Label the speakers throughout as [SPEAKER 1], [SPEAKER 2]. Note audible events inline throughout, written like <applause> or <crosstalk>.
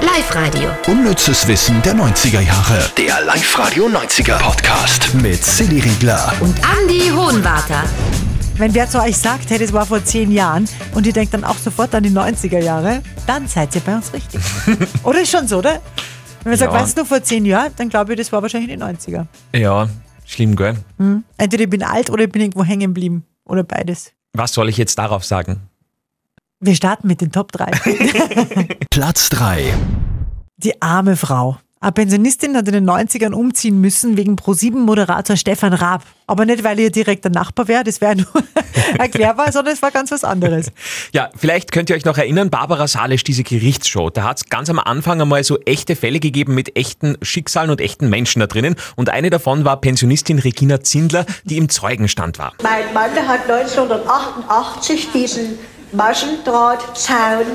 [SPEAKER 1] Live-Radio.
[SPEAKER 2] Unnützes Wissen der 90er Jahre.
[SPEAKER 3] Der Live-Radio 90er Podcast.
[SPEAKER 2] Mit Silly Riegler.
[SPEAKER 1] Und Andy Hohenwarter.
[SPEAKER 4] Wenn wer zu euch sagt, hey, das war vor zehn Jahren und ihr denkt dann auch sofort an die 90er Jahre, dann seid ihr bei uns richtig. oder ist schon so, oder? Wenn man sagt,
[SPEAKER 5] Ja.
[SPEAKER 4] weißt du, vor zehn Jahren, dann glaube ich, das war wahrscheinlich die 90er.
[SPEAKER 5] Ja, schlimm, gell?
[SPEAKER 4] Entweder ich bin alt oder ich bin irgendwo hängen geblieben. Oder beides.
[SPEAKER 5] Was soll ich jetzt darauf sagen?
[SPEAKER 4] Wir starten mit den Top 3.
[SPEAKER 2] Platz 3.
[SPEAKER 4] die arme Frau. Eine Pensionistin hat in den 90ern umziehen müssen wegen ProSieben-Moderator Stefan Raab. Aber nicht, weil ihr direkter Nachbar wäre, das wäre nur <laughs> erklärbar, sondern es war ganz was anderes.
[SPEAKER 5] Ja, vielleicht könnt ihr euch noch erinnern, Barbara Salisch, diese Gerichtsshow, da hat es ganz am Anfang einmal so echte Fälle gegeben mit echten Schicksalen und echten Menschen da drinnen. Und eine davon war Pensionistin Regina Zindler, die im Zeugenstand war.
[SPEAKER 6] Mein Mann hat 1988 diesen Maschendrahtzaun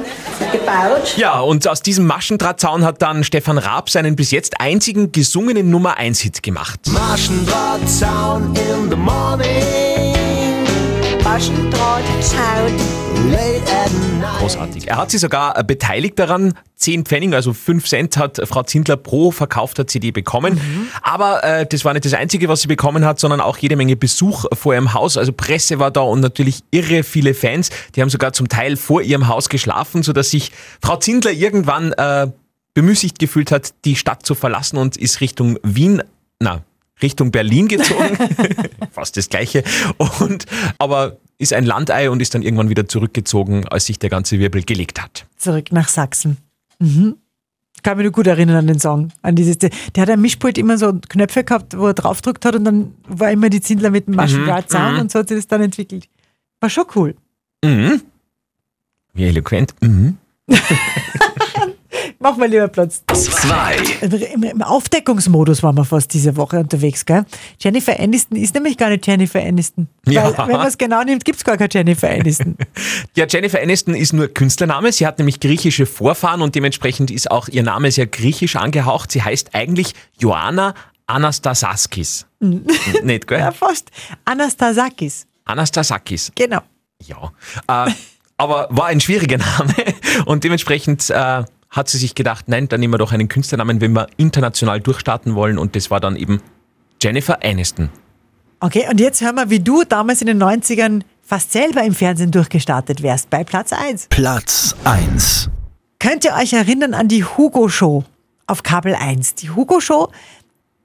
[SPEAKER 6] gebaut.
[SPEAKER 5] Ja, und aus diesem Maschendrahtzaun hat dann Stefan Raab seinen bis jetzt einzigen gesungenen Nummer 1-Hit gemacht.
[SPEAKER 3] Maschendrahtzaun in the morning,
[SPEAKER 6] Maschendrahtzaun.
[SPEAKER 3] late at night.
[SPEAKER 5] Großartig. Er hat sie sogar äh, beteiligt daran. 10 Pfennig, also 5 Cent hat Frau Zindler pro verkaufter CD bekommen. Aber äh, das war nicht das Einzige, was sie bekommen hat, sondern auch jede Menge Besuch vor ihrem Haus. Also Presse war da und natürlich irre viele Fans. Die haben sogar zum Teil vor ihrem Haus geschlafen, sodass sich Frau Zindler irgendwann äh, bemüßigt gefühlt hat, die Stadt zu verlassen und ist Richtung Wien, na, Richtung Berlin gezogen. Fast das Gleiche. <laughs> Und, aber ist ein Landei und ist dann irgendwann wieder zurückgezogen, als sich der ganze Wirbel gelegt hat.
[SPEAKER 4] Zurück nach Sachsen. Mhm. Kann mich nur gut erinnern an den Song. An dieses, der der hat am Mischpult immer so Knöpfe gehabt, wo er draufgedrückt hat und dann war immer die Zindler mit dem Maschendrahtzaun und so hat sich das dann entwickelt. War schon cool.
[SPEAKER 5] Wie eloquent. Mhm.
[SPEAKER 4] Machen wir lieber Platz.
[SPEAKER 3] Zwei.
[SPEAKER 4] Im, Im Aufdeckungsmodus waren wir fast diese Woche unterwegs, gell? Jennifer Aniston ist nämlich gar nicht Jennifer Aniston.
[SPEAKER 5] Ja.
[SPEAKER 4] Weil, wenn man es genau nimmt, gibt es gar keine Jennifer Aniston.
[SPEAKER 5] Ja, Jennifer Aniston ist nur Künstlername. Sie hat nämlich griechische Vorfahren und dementsprechend ist auch ihr Name sehr griechisch angehaucht. Sie heißt eigentlich Joanna Anastasakis. Nicht,
[SPEAKER 4] ja,
[SPEAKER 5] gell?
[SPEAKER 4] fast. Anastasakis.
[SPEAKER 5] Anastasakis.
[SPEAKER 4] Genau.
[SPEAKER 5] Ja. Äh, aber war ein schwieriger <laughs> Name und dementsprechend äh, hat sie sich gedacht, nein, dann nehmen wir doch einen Künstlernamen, wenn wir international durchstarten wollen und das war dann eben Jennifer Aniston.
[SPEAKER 4] Okay, und jetzt hören wir, wie du damals in den 90ern fast selber im Fernsehen durchgestartet wärst, bei Platz 1.
[SPEAKER 2] Platz 1.
[SPEAKER 4] Könnt ihr euch erinnern an die Hugo Show auf Kabel 1? Die Hugo Show,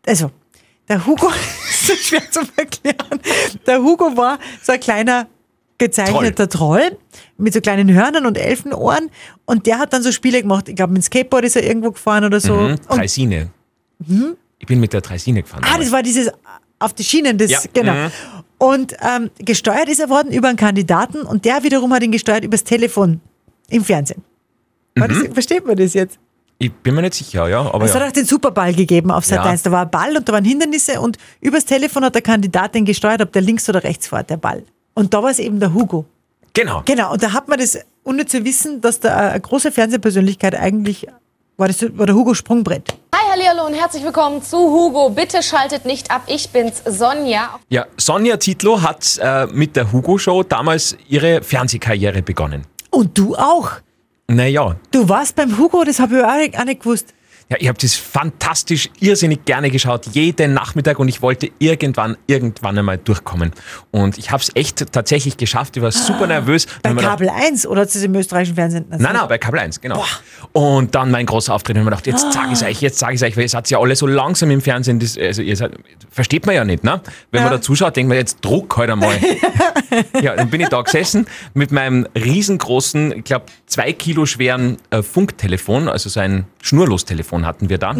[SPEAKER 4] also der Hugo, <laughs> ist so schwer zu erklären. Der Hugo war so ein kleiner gezeichneter Troll. mit so kleinen Hörnern und Elfenohren und der hat dann so Spiele gemacht. Ich glaube, mit dem Skateboard ist er irgendwo gefahren oder so.
[SPEAKER 5] Mhm.
[SPEAKER 4] Und Mhm.
[SPEAKER 5] Dreisine. Ich bin mit der Dreisine gefahren.
[SPEAKER 4] Ah, das war dieses auf die Schienen, das,
[SPEAKER 5] Ja.
[SPEAKER 4] genau.
[SPEAKER 5] Mhm.
[SPEAKER 4] Und ähm, gesteuert ist er worden über einen Kandidaten und der wiederum hat ihn gesteuert übers Telefon im Fernsehen. War Das, versteht man das jetzt?
[SPEAKER 5] ich bin mir nicht sicher, ja, aber
[SPEAKER 4] Es hat
[SPEAKER 5] Mhm. Oh ja.
[SPEAKER 4] auch den Superball gegeben auf Sat
[SPEAKER 5] Ja.
[SPEAKER 4] 1. Da war ein Ball und da waren Hindernisse und übers Telefon hat der Kandidat den gesteuert, ob der links oder rechts fährt, der Ball. Und da war es eben der Hugo.
[SPEAKER 5] Genau.
[SPEAKER 4] Genau, und da hat man das, ohne zu wissen, dass da eine große Fernsehpersönlichkeit eigentlich war, das war der Hugo Sprungbrett.
[SPEAKER 7] Hi, hallihallo und herzlich willkommen zu Hugo. Bitte schaltet nicht ab, ich bin's, Sonja.
[SPEAKER 5] Ja, Sonja Titlo hat äh, mit der Hugo Show damals ihre Fernsehkarriere begonnen.
[SPEAKER 4] Und du auch.
[SPEAKER 5] Naja,
[SPEAKER 4] Du warst beim Hugo, das habe ich auch nicht- auch nicht gewusst.
[SPEAKER 5] Ja, ich habe das fantastisch, irrsinnig gerne geschaut, jeden Nachmittag und ich wollte irgendwann, irgendwann einmal durchkommen. Und ich habe es echt tatsächlich geschafft, ich war super nervös.
[SPEAKER 4] Bei
[SPEAKER 5] Wenn man
[SPEAKER 4] Kabel 1 oder hat sie es im österreichischen Fernsehen?
[SPEAKER 5] Nein, nein, bei Kabel 1, genau. Und dann mein großer Auftritt und ich mir gedacht, jetzt sage ich euch, jetzt sage ich euch, weil ihr seid ja alle so langsam im Fernsehen, das, also ihr seid, versteht man ja nicht, ne? Wenn man da zuschaut, denkt man, jetzt druck halt einmal. ja, dann bin ich da gesessen mit meinem riesengroßen, ich glaube, zwei Kilo schweren äh, Funktelefon, also so ein Schnurlostelefon hatten wir da.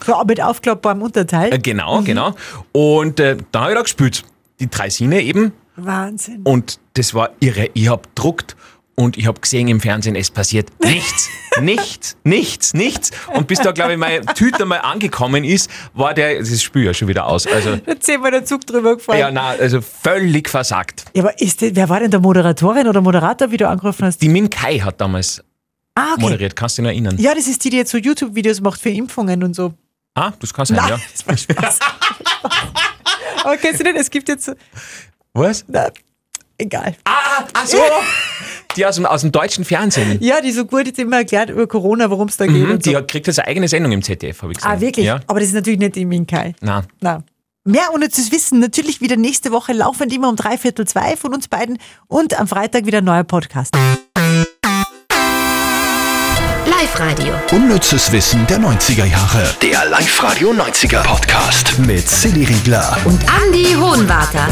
[SPEAKER 4] Für, mit aufklappbarem Unterteil.
[SPEAKER 5] Äh, Genau,
[SPEAKER 4] Mhm.
[SPEAKER 5] genau. Und äh, da habe ich da gespielt. Die Dreisine eben.
[SPEAKER 4] Wahnsinn.
[SPEAKER 5] Und das war irre. Ich habe druckt und ich habe gesehen im Fernsehen, es passiert
[SPEAKER 4] <laughs>
[SPEAKER 5] nichts, nichts, nichts, nichts. Und bis da, glaube ich, meine Tüte mal angekommen ist, war der, das Spiel ja schon wieder aus.
[SPEAKER 4] <laughs>
[SPEAKER 5] Also,
[SPEAKER 4] Da hat zehnmal der Zug drüber gefallen.
[SPEAKER 5] ja,
[SPEAKER 4] Ja,
[SPEAKER 5] na, also völlig versagt.
[SPEAKER 4] aber ist das, wer war denn der Moderatorin oder Moderator, wie du angerufen hast?
[SPEAKER 5] Die Min Kai hat damals
[SPEAKER 4] ah, okay.
[SPEAKER 5] moderiert, kannst du dich noch erinnern?
[SPEAKER 4] Ja, das ist die, die jetzt so YouTube-Videos macht für Impfungen und so.
[SPEAKER 5] Ah, das kann sein,
[SPEAKER 4] Nein,
[SPEAKER 5] ja.
[SPEAKER 4] das war Spaß. aber kennst du nicht, es gibt jetzt... so-
[SPEAKER 5] Was?
[SPEAKER 4] Na, egal.
[SPEAKER 5] Ah, ach Ah, so. Die aus dem, aus dem deutschen Fernsehen.
[SPEAKER 4] Ja, die so gut jetzt immer erklärt über Corona, worum es da geht.
[SPEAKER 5] Mhm,
[SPEAKER 4] und so.
[SPEAKER 5] die hat- kriegt jetzt eine eigene Sendung im ZDF, habe ich gesehen.
[SPEAKER 4] Ah, wirklich?
[SPEAKER 5] Ja.
[SPEAKER 4] Aber das ist natürlich nicht die Minkai.
[SPEAKER 5] Nein.
[SPEAKER 4] Na. Mehr unnützes Wissen, natürlich wieder nächste Woche laufend immer um drei Viertel zwei von uns beiden und am Freitag wieder ein neuer Podcast.
[SPEAKER 1] Live-Radio.
[SPEAKER 2] Unnützes Wissen der 90er Jahre.
[SPEAKER 3] Der Live-Radio 90er Podcast.
[SPEAKER 2] Mit Silly Riegler.
[SPEAKER 1] Andi Hohenwarter.